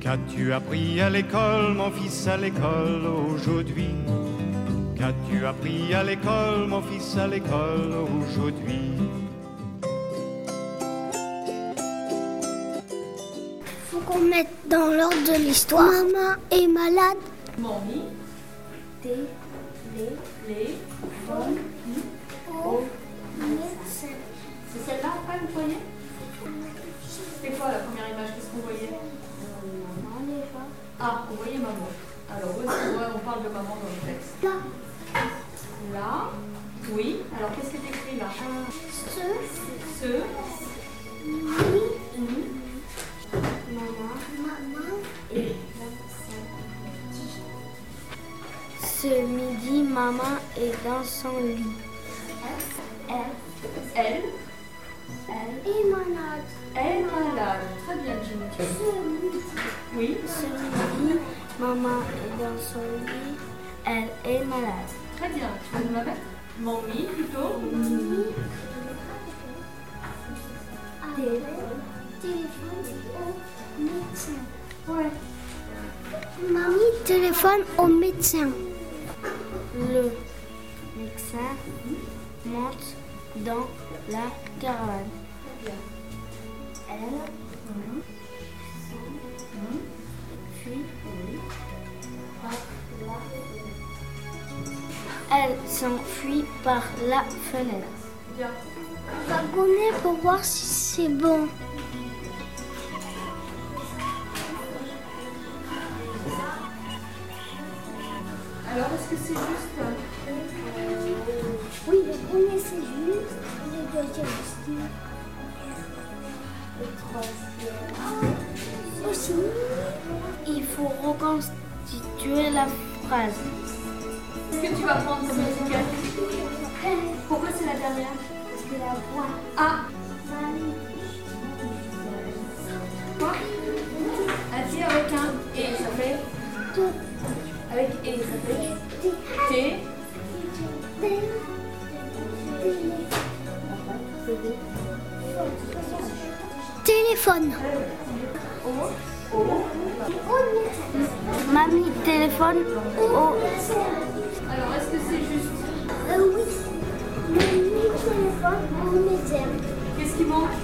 Qu'as-tu appris à l'école, mon fils, à l'école aujourd'hui Qu'as-tu appris à l'école, mon fils, à l'école aujourd'hui Faut qu'on mette dans l'ordre de l'histoire. Maman est malade. Mommy, Des les, médecins. c'est celle-là après vous voyez C'était quoi la première image Qu'est-ce qu'on voyait Ah, on voyait maman. Alors, où est-ce qu'on voit- on parle de maman dans le texte Là, Là, oui. Alors, qu'est-ce qui est écrit là ce, Ce, hum, maman, maman et Ce midi, maman est dans son lit. elle, Elle est malade. elle malade. Très bien, Jimmy. Oui, Ce midi, maman est dans son lit. Elle est malade. très bien. Tu peux nous la mettre Mommy, plutôt Ouais. Mamie téléphone au médecin. Le médecin monte dans la caravane. Elle fuit par la Elle s'enfuit par la fenêtre. Bien. Wagonner pour voir si c'est bon. Alors, est-ce que c'est juste euh, Oui, le premier c'est juste, le deuxième aussi. Le troisième aussi. Il faut reconstituer la phrase. Qu'est-ce que tu vas prendre comme étiquette Pourquoi c'est la dernière Parce que la voix. Ah, Marie. quoi Un T avec un E, ça fait Avec E, ça fait T. Téléphone. Mamie téléphone Oh. au. Alors, est-ce que c'est juste oui. Mamie Euh, téléphone au médecin. Qu'est-ce qui manque